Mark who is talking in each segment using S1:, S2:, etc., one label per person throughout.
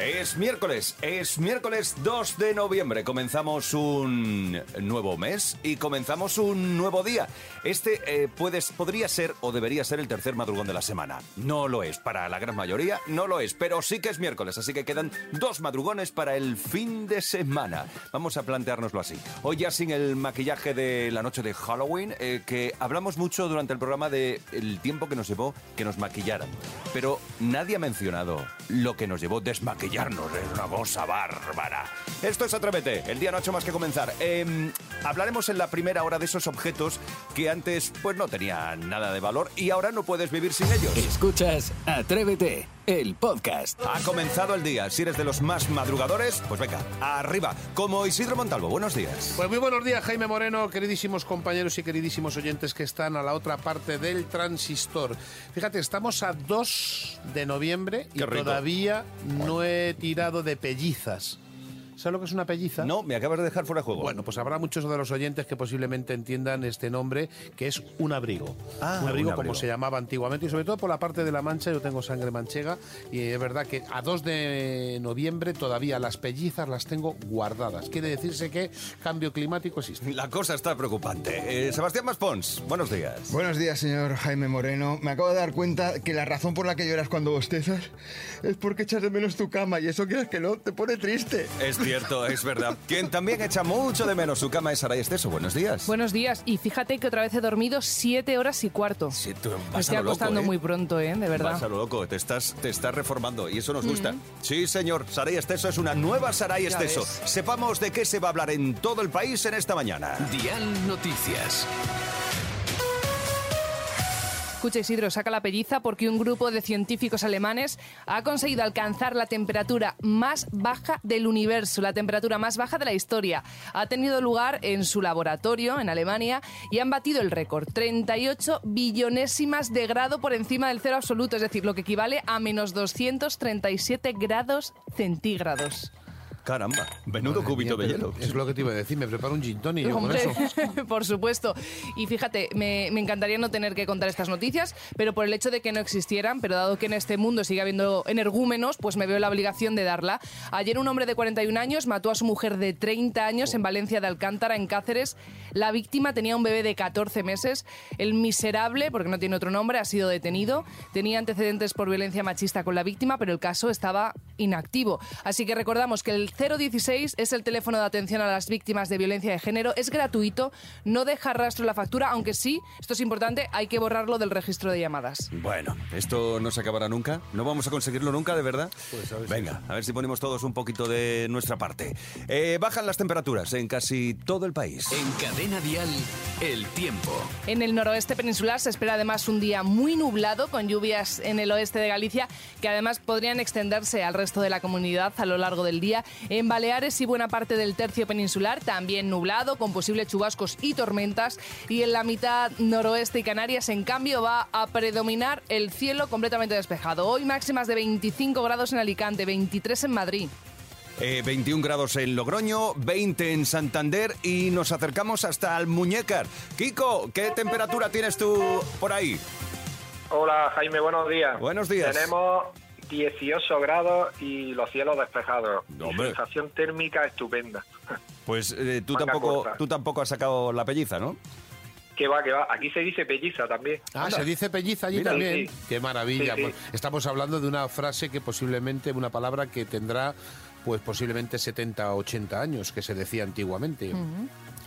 S1: Es miércoles, es miércoles 2 de noviembre. Comenzamos un nuevo mes y comenzamos un nuevo día. Este eh, puedes, podría ser o debería ser el tercer madrugón de la semana. No lo es, para la gran mayoría no lo es, pero sí que es miércoles, así que quedan dos madrugones para el fin de semana. Vamos a planteárnoslo así. Hoy ya sin el maquillaje de la noche de Halloween, eh, que hablamos mucho durante el programa del el tiempo que nos llevó que nos maquillaran. Pero nadie ha mencionado lo que nos llevó desmaquillar maquillarnos es una cosa bárbara. Esto es Atrévete, el día no ha hecho más que comenzar. Eh, hablaremos en la primera hora de esos objetos que antes pues no tenían nada de valor y ahora no puedes vivir sin ellos.
S2: Escuchas Atrévete, el podcast.
S1: Ha comenzado el día. Si eres de los más madrugadores, pues venga, arriba. Como Isidro Montalvo, buenos días.
S3: Pues muy buenos días, Jaime Moreno, queridísimos compañeros y queridísimos oyentes que están a la otra parte del transistor. Fíjate, estamos a 2 de noviembre y todavía no he tirado de pellizas. ¿Sabes lo que es una pelliza?
S1: No, me acabas de dejar fuera de juego.
S3: Bueno, pues habrá muchos de los oyentes que posiblemente entiendan este nombre, que es un abrigo.
S1: Ah,
S3: un abrigo
S1: un
S3: como
S1: abrigo.
S3: se llamaba antiguamente y sobre todo por la parte de la mancha, yo tengo sangre manchega y es verdad que a 2 de noviembre todavía las pellizas las tengo guardadas. Quiere decirse que cambio climático existe.
S1: La cosa está preocupante. Eh, Sebastián Maspons, buenos días.
S4: Buenos días, señor Jaime Moreno. Me acabo de dar cuenta que la razón por la que lloras cuando bostezas es porque echas de menos tu cama y eso quieras que no, te pone triste.
S1: Es cierto, es verdad. Quien también echa mucho de menos su cama es Saray Esteso. Buenos días.
S5: Buenos días, y fíjate que otra vez he dormido siete horas y cuarto.
S1: Sí, tú, vas
S5: Me estoy
S1: a lo loco,
S5: acostando
S1: ¿eh?
S5: muy pronto, ¿eh? De verdad. Mm.
S1: Vas a lo loco, te estás, te estás reformando y eso nos gusta. Sí, señor, Saray Esteso es una nueva Saray
S5: Ya
S1: Esteso.
S5: ves.
S1: Sepamos de qué se va a hablar en todo el país en esta mañana.
S2: Dial Noticias.
S5: Escucha Isidro, saca la pelliza porque un grupo de científicos alemanes ha conseguido alcanzar la temperatura más baja del universo, la temperatura más baja de la historia. Ha tenido lugar en su laboratorio en Alemania y han batido el récord, 38 billonésimas de grado por encima del cero absoluto, es decir, lo que equivale a menos 237 grados centígrados.
S1: Caramba, menudo cúbito de hielo.
S3: Es lo que te iba a decir, me preparo un gin tonic yo con
S5: Hombre,
S3: eso.
S5: por supuesto. Y fíjate, me, me encantaría no tener que contar estas noticias, pero por el hecho de que no existieran, pero dado que en este mundo sigue habiendo energúmenos, pues me veo la obligación de darla. Ayer un hombre de 41 años mató a su mujer de 30 años en Valencia de Alcántara, en Cáceres. La víctima tenía un bebé de 14 meses. El miserable, porque no tiene otro nombre, ha sido detenido. Tenía antecedentes por violencia machista con la víctima, pero el caso estaba inactivo. Así que recordamos que el 016 es el teléfono de atención a las víctimas de violencia de género, es gratuito, no deja rastro en la factura, aunque sí, esto es importante, hay que borrarlo del registro de llamadas.
S1: Bueno, esto no se acabará nunca. No vamos a conseguirlo nunca, de verdad. Venga, Pues a ver si ponemos todos un poquito de nuestra parte. Eh, bajan las temperaturas en casi todo el país.
S2: En Cadena Dial, el tiempo.
S5: En el noroeste peninsular se espera además un día muy nublado con lluvias en el oeste de Galicia que además podrían extenderse al resto de la comunidad a lo largo del día. En Baleares y buena parte del tercio peninsular también nublado con posibles chubascos y tormentas y en la mitad noroeste y Canarias en cambio va a predominar el cielo completamente despejado. Hoy máximas de 25 grados en Alicante, 23 en Madrid.
S1: Eh, 21 grados en Logroño, 20 en Santander y nos acercamos hasta el Muñécar. Kiko, ¿qué temperatura tienes tú por ahí?
S6: Hola Jaime, buenos días.
S1: Buenos días.
S6: Tenemos 18 grados y los cielos despejados.
S1: No,
S6: Y
S1: hombre.
S6: sensación térmica estupenda.
S1: Pues eh, tú,
S6: Manga
S1: tampoco,
S6: corta.
S1: tú tampoco has sacado la pelliza, ¿no?
S6: Que va, que va. Aquí se dice pelliza también.
S3: Ah, se dice pelliza allí
S1: Mira,
S3: también.
S6: sí.
S3: Qué maravilla.
S6: Sí, sí.
S3: Pues estamos hablando de una frase que posiblemente, una palabra que tendrá pues posiblemente 70 o 80 años, que se decía antiguamente.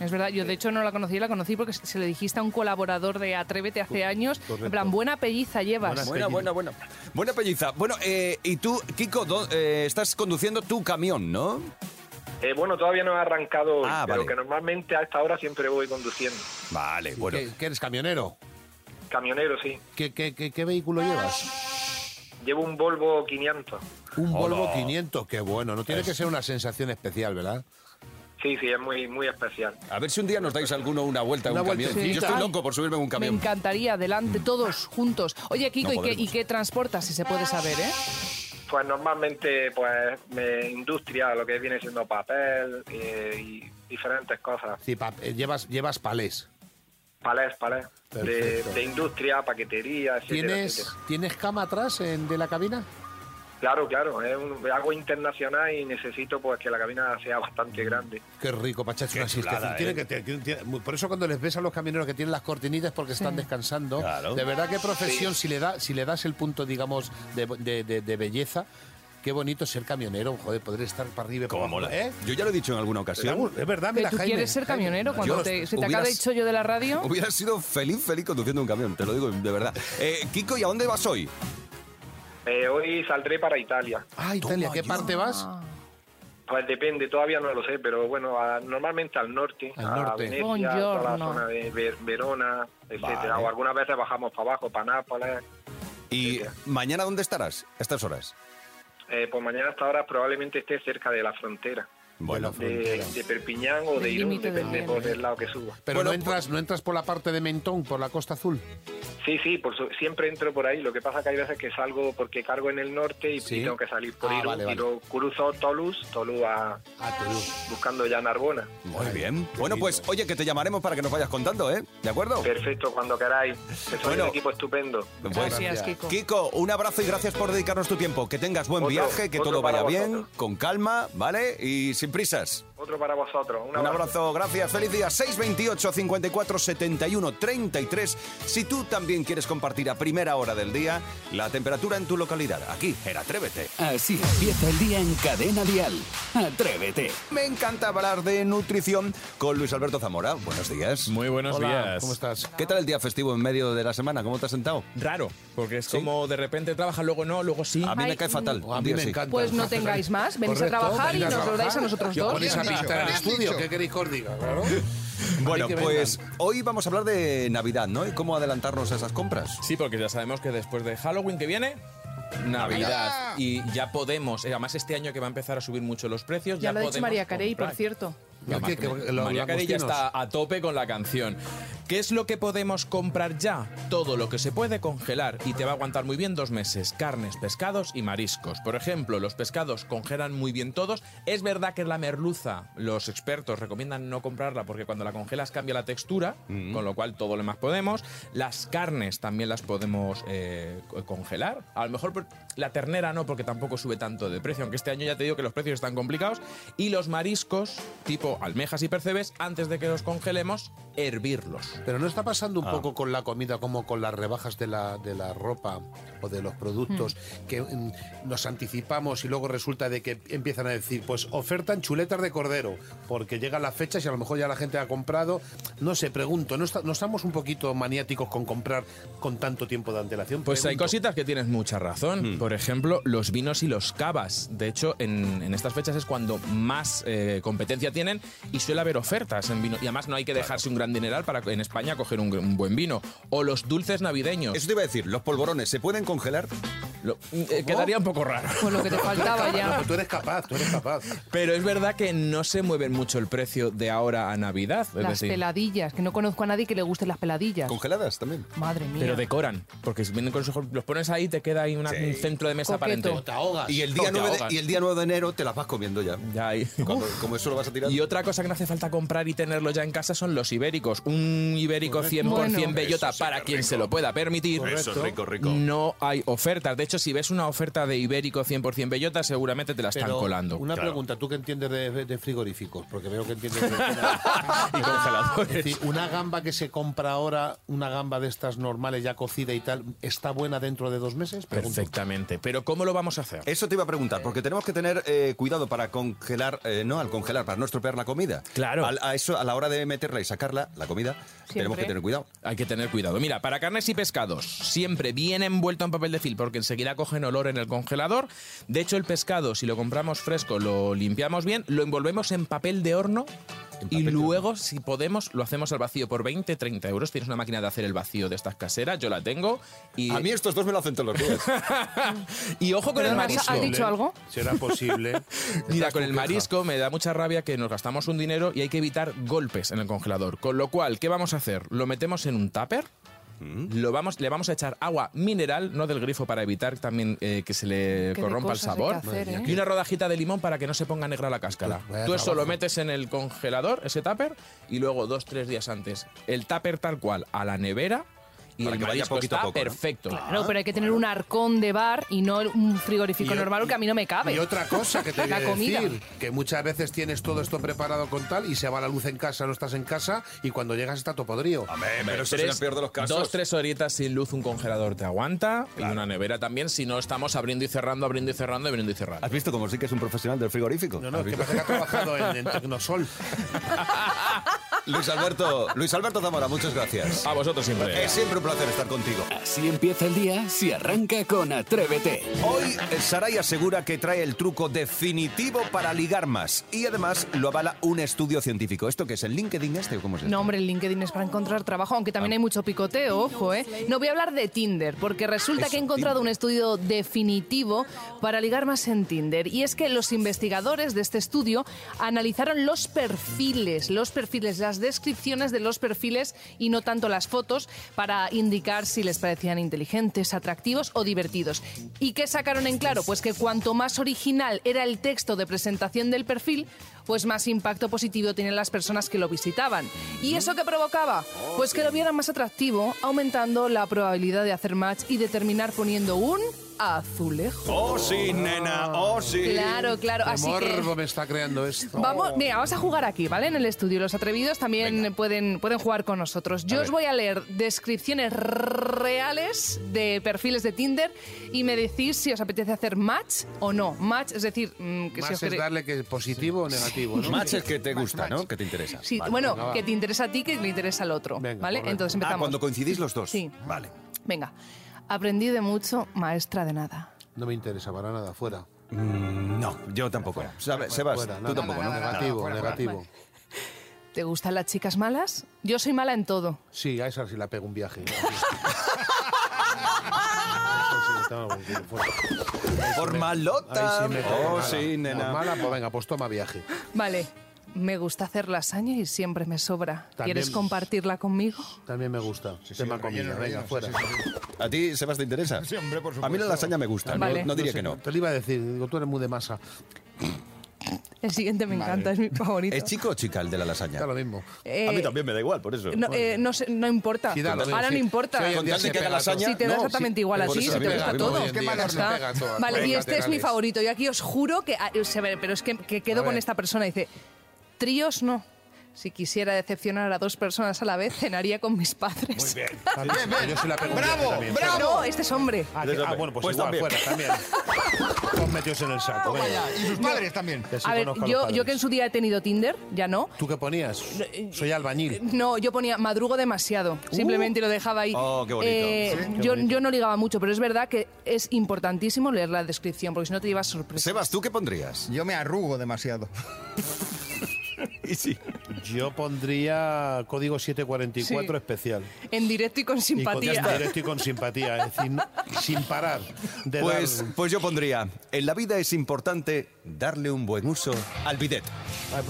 S5: Es verdad, yo de hecho no la conocí, la conocí porque se le dijiste a un colaborador de Atrévete hace años, en plan, buena pelliza llevas.
S1: Buena, buena, buena. Buena pelliza. Bueno, eh, y tú, Kiko, do- eh, estás conduciendo tu camión, ¿no?
S6: Eh, bueno, todavía no he arrancado hoy,
S1: Ah,
S6: pero
S1: vale.
S6: que normalmente a esta hora siempre voy conduciendo.
S1: Vale, bueno.
S3: ¿Qué, qué eres camionero?
S6: Camionero, sí.
S3: ¿Qué, qué, qué- qué vehículo llevas?
S6: Llevo un Volvo 500.
S3: Un
S1: Hola.
S3: Volvo 500, qué bueno. No tiene que ser una sensación especial, ¿verdad?
S6: Sí, sí, es muy, muy especial.
S1: A ver si un día nos dais alguno una vuelta en
S3: Una
S1: un camión.
S3: vueltecita.
S1: Yo estoy loco por subirme en un
S5: Me
S1: camión.
S5: encantaría, adelante, todos juntos. Oye, Kiko,
S1: No
S5: ¿y, qué,
S1: podremos.
S5: ¿y qué transportas, si se puede saber, eh?
S6: Pues normalmente, pues, me industria, lo que viene siendo papel eh, y diferentes cosas.
S3: Sí, pa- eh, llevas, llevas palés.
S6: palés, palés. De,
S3: Perfecto.
S6: de industria, paquetería, etcétera,
S3: ¿Tienes,
S6: etcétera.
S3: ¿Tienes cama atrás en- de la cabina?
S6: Claro, claro, es un- algo internacional y necesito pues que la cabina sea bastante grande.
S3: Qué rico, para echarse una siesta.
S1: chulada,
S3: Tiene
S1: ¿eh?
S3: que- tiene- tiene- por eso cuando les ves a los camioneros que tienen las cortinitas porque están descansando,
S1: Claro.
S3: de verdad qué profesión, si, le da, si le das el punto, digamos, de, de- de- de belleza, qué bonito ser camionero, joder, poder estar para arriba y
S1: Como
S3: para abajo,
S1: mola.
S3: ¿eh?
S1: Yo ya lo he dicho en alguna ocasión.
S3: Es verdad,
S5: Que
S3: mira,
S5: tú
S3: Jaime,
S5: quieres ser
S3: Jaime.
S5: camionero cuando
S1: Yo-
S5: te- se te
S1: hubieras-
S5: acaba dicho yo de la radio.
S1: Hubiera sido feliz, feliz conduciendo un camión, te lo digo de verdad. Eh, Kiko, ¿y a dónde vas hoy?
S6: Eh, hoy saldré para Italia.
S3: Ah, Italia,
S1: Toma
S3: ¿qué
S1: ya.
S3: parte vas?
S6: Pues depende, todavía no lo sé, pero bueno, a- normalmente al norte,
S3: Al
S6: a
S3: norte.
S6: Venecia,
S5: Buongiorno.
S6: toda la zona de Ver- Verona, etcétera.
S1: Vale.
S6: O algunas veces bajamos para abajo, para Nápoles.
S1: ¿Y
S6: Sí, ya.
S1: mañana dónde estarás? A estas horas.
S6: Eh, pues mañana a esta hora probablemente esté cerca de la frontera,
S1: Bueno,
S3: Bueno.
S7: eh,
S6: de,
S3: Frontera.
S6: de Perpiñán o de
S5: Del
S6: Irún,
S5: límite de
S6: depende
S5: Irún.
S6: por el lado que suba.
S3: Pero
S1: Bueno,
S3: no, entras, no entras por la parte de Mentón, por la Costa Azul.
S6: Sí, sí, por su- siempre entro por ahí. Lo que pasa que hay veces que salgo porque cargo en el norte y,
S3: Sí.
S6: y tengo que salir por
S3: Ah,
S6: Irún
S3: vale, vale.
S6: y luego cruzo Toulouse, Toulouse a-
S3: Ah, Toulouse.
S6: buscando ya Narbona.
S1: muy
S3: Ay,
S1: bien.
S3: qué
S1: Bueno,
S3: lindo.
S1: pues oye, que te llamaremos para que nos vayas contando, ¿eh? ¿De acuerdo?
S6: Perfecto, cuando queráis. Que sois
S1: Bueno.
S6: un equipo estupendo.
S1: Pues,
S5: Gracias, Kiko.
S1: Kiko, un abrazo y gracias por dedicarnos tu tiempo. Que tengas buen
S6: Otro,
S1: viaje, que
S6: otro
S1: todo vaya
S6: para
S1: bien,
S6: vosotros.
S1: con calma, ¿vale? Y sin prisas.
S6: Otro para vosotros. Un
S1: Un abrazo, gracias, feliz día. 628 54 71 33. Si tú también quieres compartir a primera hora del día la temperatura en tu localidad, aquí en Atrévete.
S2: Así empieza el día en cadena dial. Atrévete.
S1: Me encanta hablar de nutrición con Luis Alberto Zamora. Buenos días.
S8: Muy buenos
S3: Hola,
S8: días.
S3: ¿cómo estás?
S1: ¿Qué tal el día festivo en medio de la semana? ¿Cómo te has sentado?
S8: Raro, porque es
S1: ¿Sí? Ah.
S8: como de repente trabaja, luego no, luego sí.
S1: A mí me
S5: Ay,
S1: cae fatal.
S3: mm, A
S1: un
S3: mí
S1: día
S3: me
S1: así.
S3: encanta.
S5: Pues no tengáis más, venís a
S3: Correcto,
S5: trabajar y
S3: venid
S5: nos lo
S3: trabajar.
S5: dais a nosotros
S3: Yo
S5: dos.
S3: Ponéis a
S5: Ya está.
S3: pintar el
S4: Bien
S3: estudio,
S4: dicho.
S3: ¿qué queréis que os diga? claro?
S1: Bueno,
S3: Así que
S1: pues hoy vamos a hablar de Navidad, ¿no? Y cómo adelantarnos a esas compras.
S8: Sí, porque ya sabemos que después de Halloween que viene, Navidad. Y ya podemos, eh, además este año que va a empezar a subir mucho los precios.
S5: Ya lo ha dicho
S8: podemos
S5: María Carey, por
S8: comprar.
S5: cierto.
S8: No,
S3: ¿Qué, qué,
S8: María-
S3: lo-
S8: María
S3: lo
S8: Carey ya
S3: Agustinos?
S8: está a tope con la canción. ¿Qué es lo que podemos comprar ya? Todo lo que se puede congelar y te va a aguantar muy bien dos meses. Carnes, pescados y mariscos. Por ejemplo, los pescados congelan muy bien todos. Es verdad que la merluza, los expertos recomiendan no comprarla porque cuando la congelas cambia la textura, con lo cual todo lo demás podemos. Las carnes también las podemos eh, co- congelar. A lo mejor por- la ternera no, porque tampoco sube tanto de precio, aunque este año ya te digo que los precios están complicados. Y los mariscos, tipo almejas y percebes, antes de que los congelemos, hervirlos.
S3: Pero no está pasando un poco con la comida como con las rebajas de la, de la ropa o de los productos que mm, nos anticipamos y luego resulta de que empiezan a decir, pues ofertan chuletas de cordero, porque llegan las fechas y a lo mejor ya la gente ha comprado. No sé, pregunto, ¿no, está- no estamos un poquito maniáticos con comprar con tanto tiempo de antelación?
S8: Pues hay
S3: Pregunto.
S8: cositas que tienes mucha razón.
S1: Hmm.
S8: Por ejemplo, los vinos y los cavas. De hecho, en, en estas fechas es cuando más eh, competencia tienen y suele haber ofertas en vino. Y además no hay que dejarse un gran dineral para en España coger un, un buen vino. O los dulces navideños.
S1: Eso te iba a decir, los polvorones, ¿se pueden congelar?
S8: Lo- eh, quedaría un poco raro.
S5: Pues lo que te faltaba
S3: No,
S5: ya.
S3: tú eres capaz, tú eres capaz.
S8: Pero es verdad que no se mueve mucho el precio de ahora a Navidad. es
S5: Las
S8: decir,
S5: peladillas, que no conozco a nadie que le gusten las
S3: Ah.
S5: peladillas.
S1: ¿Congeladas también?
S5: Madre mía.
S8: pero decoran, porque si vienen con sus ojos- los pones ahí te queda ahí una- un centro de mesa
S5: Coqueto.
S8: aparente.
S3: Te ahogas.
S1: Y el,
S8: No,
S1: día
S8: te
S1: 9
S8: ahogas.
S1: de, y el día 9 de enero te las vas comiendo ya.
S8: Ya ahí.
S1: Cuando- como eso lo vas a tirar.
S8: Y otra cosa que no hace falta comprar y tenerlo ya en casa son los ibéricos. Un ibérico 100%
S5: Bueno.
S8: bellota
S1: Eso sí
S8: para
S1: que
S8: quien
S1: rico.
S8: se lo pueda permitir.
S1: Eso es rico, rico.
S8: No hay ofertas. De hecho, si ves una oferta de ibérico 100% bellota, seguramente te la están
S3: Pero
S8: colando.
S3: Una pregunta, ¿tú qué entiendes de, de frigoríficos? Porque veo que entiendes de
S8: Y
S3: Es
S8: congeladores.
S3: decir, una gamba que se compra ahora, una gamba de estas normales ya cocida y tal, ¿está buena dentro de dos meses? Pregunto.
S8: Perfectamente. Pero ¿cómo lo vamos a hacer?
S1: Eso te iba a preguntar, porque tenemos que tener eh, cuidado para congelar, eh, no al congelar, para no estropear la comida.
S8: Claro.
S1: Al- a, eso, a la hora de meterla y sacarla, la comida, tenemos que tener cuidado.
S8: Hay que tener cuidado. Mira, para carnes y pescados, siempre bien envuelto en papel de film porque enseguida cogen olor en el congelador. De hecho, el pescado, si lo compramos fresco, lo limpiamos bien, lo envolvemos en papel de horno y luego, si podemos, lo hacemos al vacío por 20, 30 euros. Tienes una máquina de hacer el vacío de estas caseras, yo la tengo. Y,
S1: A mí estos dos me lo hacen todos los días.
S8: y ojo con
S5: Pero
S8: el
S5: además,
S8: marisco.
S5: ¿Has dicho algo?
S3: ¿Será posible?
S8: Mira,
S3: Estás
S8: con el
S3: queja.
S8: marisco me da mucha rabia que nos gastamos un dinero y hay que evitar golpes en el congelador. Con lo cual, ¿qué vamos a hacer? Lo metemos en un tupper
S1: Mm.
S8: lo vamos, le vamos a echar agua mineral, no del grifo, para evitar también eh, que se le
S5: Qué de
S8: corrompa el
S5: cosas hay
S8: sabor.
S5: que hacer, ¿eh?
S8: Y una rodajita de limón para que no se ponga negra la cáscara.
S3: Pues vaya
S8: Tú eso lo
S3: trabajo.
S8: metes en el congelador, ese tupper, y luego dos, tres días antes, el tupper tal cual, a la nevera. Y
S1: Para
S8: el
S1: que vaya
S8: marisco
S1: poquito a
S8: está
S1: poco, ¿no?
S8: perfecto.
S5: Claro, pero hay que tener un arcón de bar y no un frigorífico
S3: Y-
S5: normal, que a mí no me cabe.
S3: Y otra cosa que te voy
S5: La
S3: a
S5: comida.
S3: decir, que muchas veces tienes todo esto preparado con tal y se va la luz en casa, no estás en casa y cuando llegas está todo podrido.
S1: pero eso es el peor de los casos.
S8: Dos, tres horitas sin luz, un congelador te aguanta. Y una nevera también, si no estamos abriendo y cerrando, abriendo y cerrando, abriendo y cerrando.
S1: ¿Has visto como sí que es un profesional del frigorífico?
S3: No, no,
S8: Ah,
S1: ¿Has
S3: que
S1: visto?
S3: parece que ha trabajado en, en Tecnosol.
S1: Luis Alberto, Luis Alberto Zamora, muchas gracias.
S8: A vosotros siempre.
S1: Es siempre un placer estar contigo.
S2: Así empieza el día si arranca con Atrévete.
S1: Hoy eh, Saray asegura que trae el truco definitivo para ligar más y además lo avala un estudio científico. ¿Esto qué es? ¿El LinkedIn este o cómo es esto?
S5: No, hombre, el LinkedIn es para encontrar trabajo, aunque también hay mucho picoteo, ojo, ¿eh? No voy a hablar de Tinder, porque resulta
S1: Eso,
S5: que he encontrado
S1: Tinder.
S5: un estudio definitivo para ligar más en Tinder. Y es que los investigadores de este estudio analizaron los perfiles, los perfiles, las descripciones de los perfiles y no tanto las fotos para indicar si les parecían inteligentes, atractivos o divertidos. ¿Y qué sacaron en claro? Pues que cuanto más original era el texto de presentación del perfil, pues más impacto positivo tenían las personas que lo visitaban. ¿Y eso qué provocaba? Pues que lo vieran más atractivo, aumentando la probabilidad de hacer match y de terminar poniendo un azulejo.
S1: Oh sí, nena, oh sí.
S5: Claro, claro.
S3: Qué
S5: Así que
S3: morbo me está creando esto.
S5: Vamos, mira, vamos a jugar aquí, ¿vale? En el estudio. Los atrevidos también pueden, pueden jugar con nosotros. Yo os voy a leer descripciones reales de perfiles de Tinder y me decís si os apetece hacer match o no. Match, es decir, mm, que si
S3: Más
S5: os
S3: es
S5: queréis-
S3: darle que es positivo o negativo, ¿no?
S1: Match es que te gusta, ¿no? Que te interesa.
S5: Sí,
S1: Vale.
S5: bueno,
S3: venga, va.
S5: que te interesa a ti, que le interesa al otro.
S3: Venga,
S5: ¿Vale?
S3: correcto.
S5: Entonces
S1: Ah,
S5: empezamos.
S1: cuando coincidís los dos.
S5: Sí.
S1: Vale.
S5: Venga. Aprendí de mucho, maestra de nada.
S3: No me interesa para nada, fuera.
S1: Mm, No, yo tampoco. Sabe- Sebas,
S3: fuera,
S1: Ah, tú
S3: nada,
S1: tampoco, ¿no?
S3: Negativo, negativo.
S5: ¿Te gustan las chicas malas? Yo soy mala en todo.
S3: Sí, a esa sí la pego un viaje. Eso sí, tengo que ir fuera.
S1: Por malota.
S3: Ahí sí me pego
S1: oh
S3: mala.
S1: sí, nena.
S3: No, mala, pues venga, pues toma viaje.
S5: Vale. Me gusta hacer lasaña y siempre me sobra.
S3: También-
S5: ¿Quieres compartirla conmigo?
S3: También me gusta. Tema comida,
S4: relleno,
S3: venga,
S4: relleno,
S3: fuera.
S4: sí, sí, sí.
S1: ¿A ti, Sebas, te interesa?
S4: Sí, hombre, por
S1: A mí la
S4: supuesto.
S1: lasaña me gusta, no-
S5: Vale.
S1: no, diría
S3: sé,
S1: que no.
S3: Te lo iba a decir, digo, tú eres muy de masa.
S5: El siguiente me encanta, es mi favorito.
S1: ¿Es chico o chica el de la lasaña?
S3: Está lo mismo.
S5: Eh,
S1: A mí también me da igual, por eso.
S5: No, eh, no, sé- no importa.
S3: Sí, da lo mismo,
S5: Ahora no
S3: sí.
S5: importa.
S3: Sí, hoy en
S1: Con
S3: día
S1: tal de
S3: se
S1: que haga
S3: pega todo.
S1: lasaña-
S5: Si te da exactamente igual a
S1: por
S5: ti,
S1: eso
S5: si
S1: a mí
S5: te
S1: me
S5: gusta
S1: da
S5: todo.
S1: igual hoy
S3: en día,
S5: Ya
S3: que se
S5: está.
S3: pega todo.
S5: Vale, y
S3: Venga,
S5: este es mi
S3: Tecalis.
S5: favorito. Yo aquí os juro que. ah, o sea, ver, pero es que, que quedo
S3: A
S5: con
S3: ver.
S5: esta persona. Dice: tríos no. Si quisiera decepcionar a dos personas a la vez, cenaría con mis padres. Muy bien.
S3: También, pues Yo sí la pego un
S4: Bravo,
S3: viaje también.
S4: bravo.
S5: No, este es hombre.
S3: Ah, que- ah, bueno, pues,
S1: Pues
S3: igual,
S1: también.
S3: fuera, también. Todos metidos en el saco, venga.
S4: Vaya, y sus padres también.
S3: Que sí
S5: A ver,
S3: conozco los
S5: yo,
S3: padres.
S5: yo que en su día he tenido Tinder, ya no. eh,
S3: ¿Tú qué ponías? Soy albañil.
S5: No, yo ponía madrugo demasiado. Simplemente lo dejaba ahí.
S1: Oh, qué bonito.
S5: Eh,
S3: Qué
S5: yo,
S3: bonito.
S5: yo no ligaba mucho, pero es verdad que es importantísimo leer la descripción, porque si no te llevas sorpresa.
S1: Sebas, ¿tú qué pondrías?
S4: Yo me arrugo demasiado.
S1: Y sí.
S3: Yo pondría código 744
S5: Sí.
S3: especial.
S5: En directo y con
S3: Y con-
S5: simpatía.
S3: directo y con simpatía, es decir, no- sin parar. de
S1: Pues,
S3: dar-
S1: pues yo pondría, en la vida es importante darle un buen uso al bidet.
S3: Ah,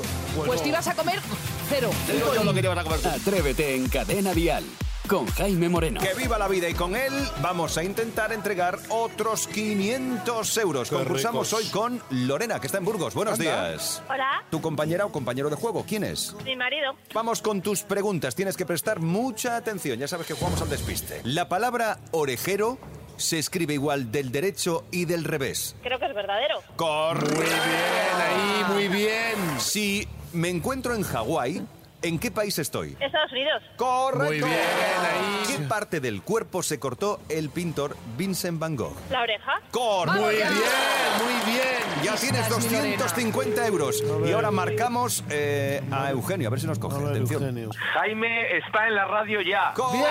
S5: Pues te ibas a comer cero.
S1: Digo yo lo que te vas a comer tú.
S2: Atrévete en Cadena Dial con Jaime Moreno.
S1: Que viva la vida y con él vamos a intentar entregar otros 500 euros. Concursamos
S3: ricos.
S1: hoy con Lorena, que está en Burgos. Buenos días.
S7: Hola,
S1: ¿Tu compañera o compañero de juego? ¿Quién es?
S7: mi marido.
S1: Vamos con tus preguntas. Tienes que prestar mucha atención. Ya sabes que jugamos al despiste. La palabra orejero se escribe igual del derecho y del revés.
S7: Creo que es verdadero.
S1: Correcto.
S3: ahí,
S5: ah.
S3: muy bien.
S1: Si me encuentro en Hawái, ¿en qué país estoy?
S7: Estados Unidos.
S1: Correcto.
S3: Muy bien, ahí.
S1: ¿Qué parte del cuerpo se cortó el pintor Vincent Van Gogh?
S7: La oreja.
S1: Correcto.
S3: Muy bien, muy bien.
S1: Ya tienes
S5: Estás, mi
S1: 250 euros. Y ahora marcamos eh, a Eugenio, a ver si nos coge.
S3: A ver,
S1: Atención.
S3: Eugenio.
S6: Jaime está en la radio ya.
S1: ¡Bien,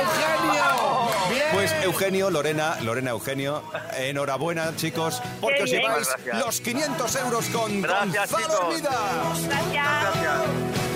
S1: Eugenio! Pues Eugenio, Lorena, Lorena, Eugenio, enhorabuena, chicos, porque
S7: Qué
S1: os
S7: bien.
S1: lleváis
S6: Gracias.
S1: los 500 euros con
S6: Gracias,
S1: Gonzalo
S6: chicos.
S1: Hermida.
S7: Gracias.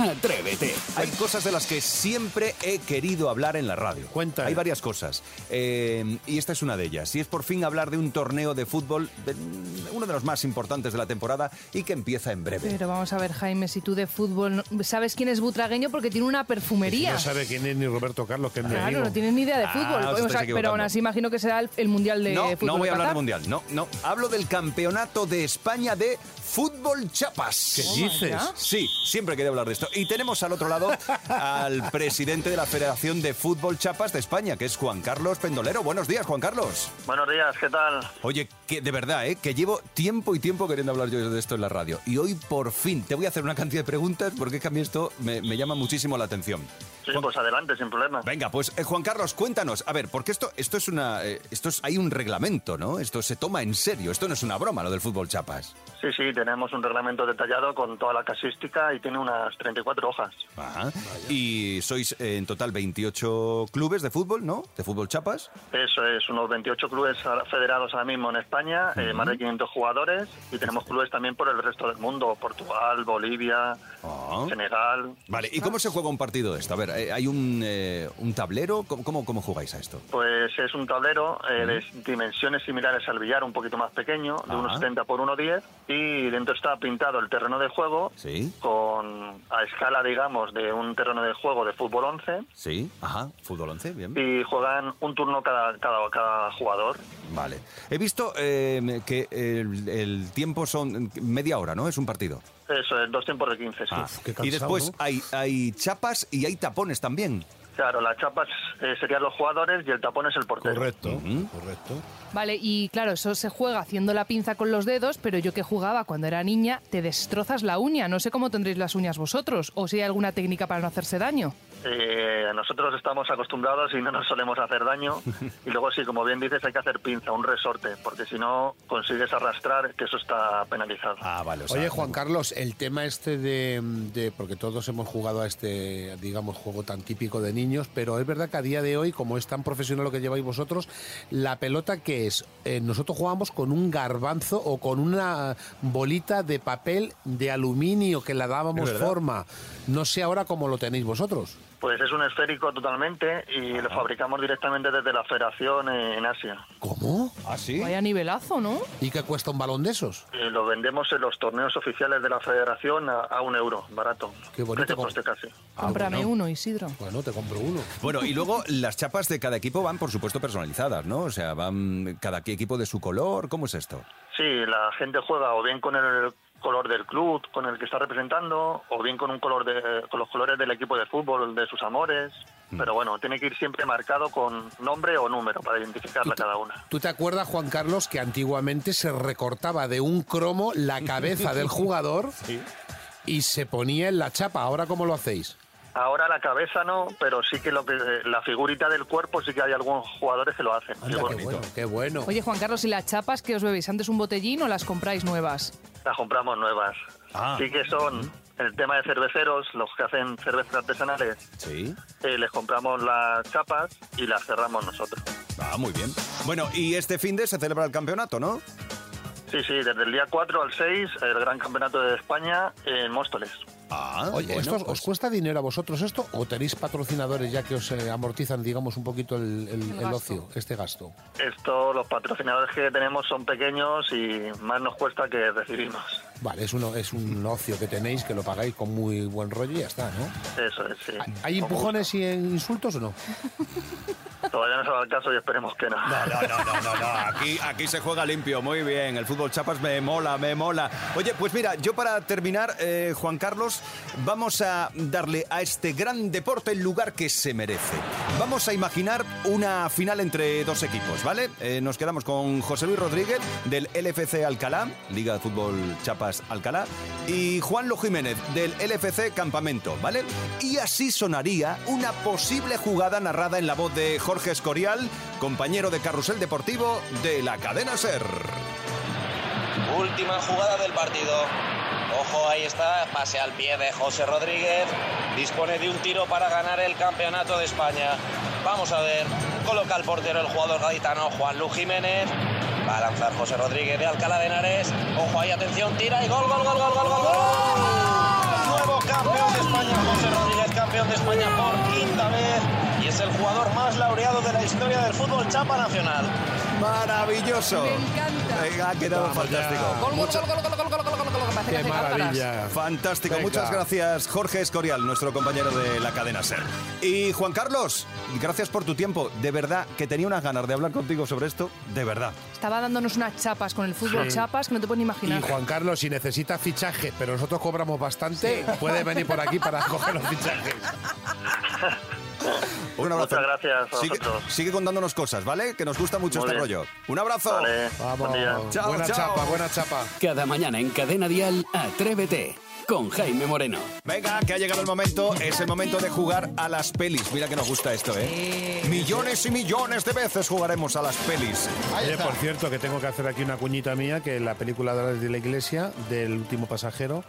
S2: Atrévete.
S1: Hay cosas de las que siempre he querido hablar en la radio.
S3: Cuenta.
S1: Hay varias cosas. Eh, y esta es una de ellas. Y es por fin hablar de un torneo de fútbol, de- mm, uno de los más importantes de la temporada y que empieza en breve.
S5: Pero vamos a ver, Jaime, si tú de fútbol no- sabes quién es Butragueño porque tiene una perfumería.
S3: No sabe quién es ni Roberto Carlos, que es mi
S5: Claro,
S3: amigo.
S5: no tienes ni idea de
S1: Ah,
S5: fútbol.
S1: os
S5: O
S1: estáis
S5: sea, pero aún
S1: equivocando.
S5: así imagino que será el, el mundial de
S1: no,
S5: fútbol.
S1: no voy a hablar
S5: Qatar.
S1: de mundial. No, no. Hablo del campeonato de España de fútbol chapas.
S3: ¿Qué dices?
S5: God.
S1: Sí, siempre quería hablar de esto. Y tenemos al otro lado al presidente de la Federación de Fútbol Chapas de España, que es Juan Carlos Pendolero. Buenos días, Juan Carlos.
S7: Buenos días, ¿qué tal?
S1: Oye, que de verdad, ¿eh? que llevo tiempo y tiempo queriendo hablar yo de esto en la radio. Y hoy por fin te voy a hacer una cantidad de preguntas porque es que a mí esto me, me llama muchísimo la atención.
S7: Sí, pues adelante, sin problema.
S1: Venga, pues eh, Juan Carlos, cuéntanos. A ver, porque esto, esto es una. eh, esto es, hay un reglamento, ¿no? Esto se toma en serio. Esto no es una broma, lo del fútbol chapas.
S7: Sí, sí, tenemos un reglamento detallado con toda la casística y tiene unas 34 hojas.
S1: Ajá. Y sois eh, en total 28 clubes de fútbol, ¿no? De fútbol chapas.
S7: Eso es, unos 28 clubes ahora- federados ahora mismo en España, eh, más de 500 jugadores y tenemos clubes también por el resto del mundo, Portugal, Bolivia,
S1: Ah.
S7: Senegal.
S1: Vale, ¿y cómo se juega un partido de esto? A ver, eh, ¿hay un, eh, un tablero? ¿Cómo, cómo, cómo jugáis a esto?
S7: Pues es un tablero eh, de dimensiones similares al billar, un poquito más pequeño, de
S1: Ajá.
S7: unos 70 por 1,10 y dentro está pintado el terreno de juego
S1: Sí.
S7: con a escala, digamos, de un terreno de juego de fútbol 11
S1: Sí, ajá, fútbol 11, bien.
S7: y juegan un turno cada, cada, cada jugador.
S1: Vale. He visto eh, que el, el tiempo son media hora, ¿no? Es un partido.
S7: Eso es, dos tiempos de 15, sí.
S1: Ah,
S3: qué cansado,
S1: y después
S3: ¿no?
S1: hay, hay chapas y hay tapones también.
S7: Claro, las chapas eh, serían los jugadores y el tapón es el portero.
S3: Correcto, correcto.
S5: Vale, y claro, eso se juega haciendo la pinza con los dedos, pero yo que jugaba cuando era niña, te destrozas la uña. No sé cómo tendréis las uñas vosotros, o si hay alguna técnica para no hacerse daño.
S7: Eh, nosotros estamos acostumbrados y no nos solemos hacer daño. y luego sí, como bien dices, hay que hacer pinza, un resorte, porque si no consigues arrastrar, que eso está penalizado.
S1: Ah, vale. O sea,
S3: Oye, Juan Carlos, el tema este de, de- Porque todos hemos jugado a este, digamos, juego tan típico de niños, pero es verdad que a día de hoy, como es tan profesional lo que lleváis vosotros, la pelota que es. Eh, nosotros jugamos con un garbanzo o con una bolita de papel de aluminio que la dábamos forma. No sé ahora cómo lo tenéis vosotros.
S7: Pues es un esférico totalmente y lo fabricamos directamente desde la federación eh, en Asia.
S3: ¿Cómo?
S1: ¿Ah, sí?
S5: Vaya nivelazo, ¿no?
S3: ¿Y qué cuesta un balón de esos?
S7: Eh, lo vendemos en los torneos oficiales de la federación a, a un euro, barato.
S3: Qué bonito
S7: Precio
S3: como-
S7: coste casi.
S1: Ah,
S5: Cómprame uno, Isidro.
S3: Bueno, te compro uno.
S1: Bueno, y luego las chapas de cada equipo van, por supuesto, personalizadas, ¿no? O sea, van cada equipo de su color. ¿Cómo es esto?
S7: Sí, la gente juega o bien con el color del club con el que está representando o bien con un color de, con los colores del equipo de fútbol de sus amores
S3: Mm.
S7: pero bueno tiene que ir siempre marcado con nombre o número para identificarla cada una
S3: ¿Tú te acuerdas, Juan Carlos, que antiguamente se recortaba de un cromo la cabeza del jugador y se ponía en la chapa? ¿Ahora cómo lo hacéis?
S7: ahora la cabeza no pero sí que lo que la figurita del cuerpo sí que hay algunos jugadores que lo hacen
S3: Anda,
S7: Figuras.
S3: qué bueno, qué bueno.
S5: Oye, Juan Carlos, ¿y las chapas que os bebéis antes un botellín o las compráis nuevas?
S7: las compramos nuevas
S1: Ah.
S7: sí que son el tema de cerveceros los que hacen cervezas artesanales
S1: Sí.
S7: eh, les compramos las chapas y las cerramos nosotros
S1: Ah, muy bien. Bueno, y este fin de se celebra el campeonato, ¿no?
S7: Sí, sí, desde el día 4 al 6, el Gran Campeonato de España en Móstoles.
S1: Ah,
S3: Oye,
S1: bueno,
S3: ¿esto os-
S1: pues-
S3: ¿os cuesta dinero a vosotros esto o tenéis patrocinadores ya que os eh, amortizan, digamos, un poquito el, el- el
S5: gasto.
S3: ocio, este gasto?
S7: Esto, los patrocinadores que tenemos son pequeños y más nos cuesta que recibimos.
S3: Vale, es, uno, es un ocio que tenéis, que lo pagáis con muy buen rollo y ya está, ¿no?
S7: Eso es, sí.
S3: ¿Hay- ¿Hay empujones y eh, insultos o no?
S7: Todavía no se va el caso y esperemos que no.
S1: No, no, no, no, no. Aquí, aquí se juega limpio, muy bien. El fútbol chapas me mola, me mola. Oye, pues mira, yo para terminar, eh, Juan Carlos, vamos a darle a este gran deporte el lugar que se merece. Vamos a imaginar una final entre dos equipos, ¿vale? Eh, nos quedamos con José Luis Rodríguez del LFC Alcalá, Liga de Fútbol Chapas Alcalá, y Juanlo Jiménez del LFC Campamento, ¿vale? Y así sonaría una posible jugada narrada en la voz de Jorge Escorial, compañero de Carrusel Deportivo de la cadena Ser.
S9: Última jugada del partido. Ojo, ahí está, pase al pie de José Rodríguez. Dispone de un tiro para ganar el campeonato de España. Vamos a ver, coloca al portero el jugador gaditano Juan Luis Jiménez. Va a lanzar José Rodríguez de Alcalá de Henares. Ojo ahí, atención, tira y gol, gol, gol, gol, gol, gol, gol. Nuevo campeón de España, José Rodríguez, campeón de España por quinta vez. Y es el jugador más laureado de la historia del fútbol chapa nacional.
S1: Maravilloso.
S5: Me encanta.
S1: Venga, ha quedado fantástico.
S5: Gol, gol, gol, gol, gol, gol, gol, gol, gol, gol, parece que
S3: Qué
S5: hace cántaras.
S3: maravilla.
S1: Fantástico,
S3: Venga.
S1: muchas gracias Jorge Escorial, nuestro compañero de la cadena SER. Y Juan Carlos, gracias por tu tiempo. De verdad, que tenía unas ganas de hablar contigo sobre esto, de verdad.
S5: Estaba dándonos unas chapas con el fútbol,
S3: Sí.
S5: chapas que no te puedes ni imaginar.
S3: Y Juan Carlos, si necesita fichaje, pero nosotros cobramos bastante, puede venir por aquí para coger los fichajes.
S1: Un abrazo.
S7: Muchas gracias a
S1: Sigue,
S7: vosotros.
S1: sigue contándonos cosas, ¿vale? Que nos gusta mucho
S7: Muy
S1: este
S7: bien.
S1: rollo. Un abrazo.
S7: Vale,
S3: Vamos.
S7: buen día.
S1: Chao,
S3: buena
S1: chao.
S3: chapa, buena chapa.
S2: Cada mañana en Cadena Dial, Atrévete con Jaime Moreno.
S1: Venga, que ha llegado el momento. Es el momento de jugar a las pelis. Mira que nos gusta esto, ¿eh? Millones y millones de veces jugaremos a las pelis.
S3: Oye, por cierto, que tengo que hacer aquí una cuñita mía, que la película de la- de la iglesia, del último pasajero,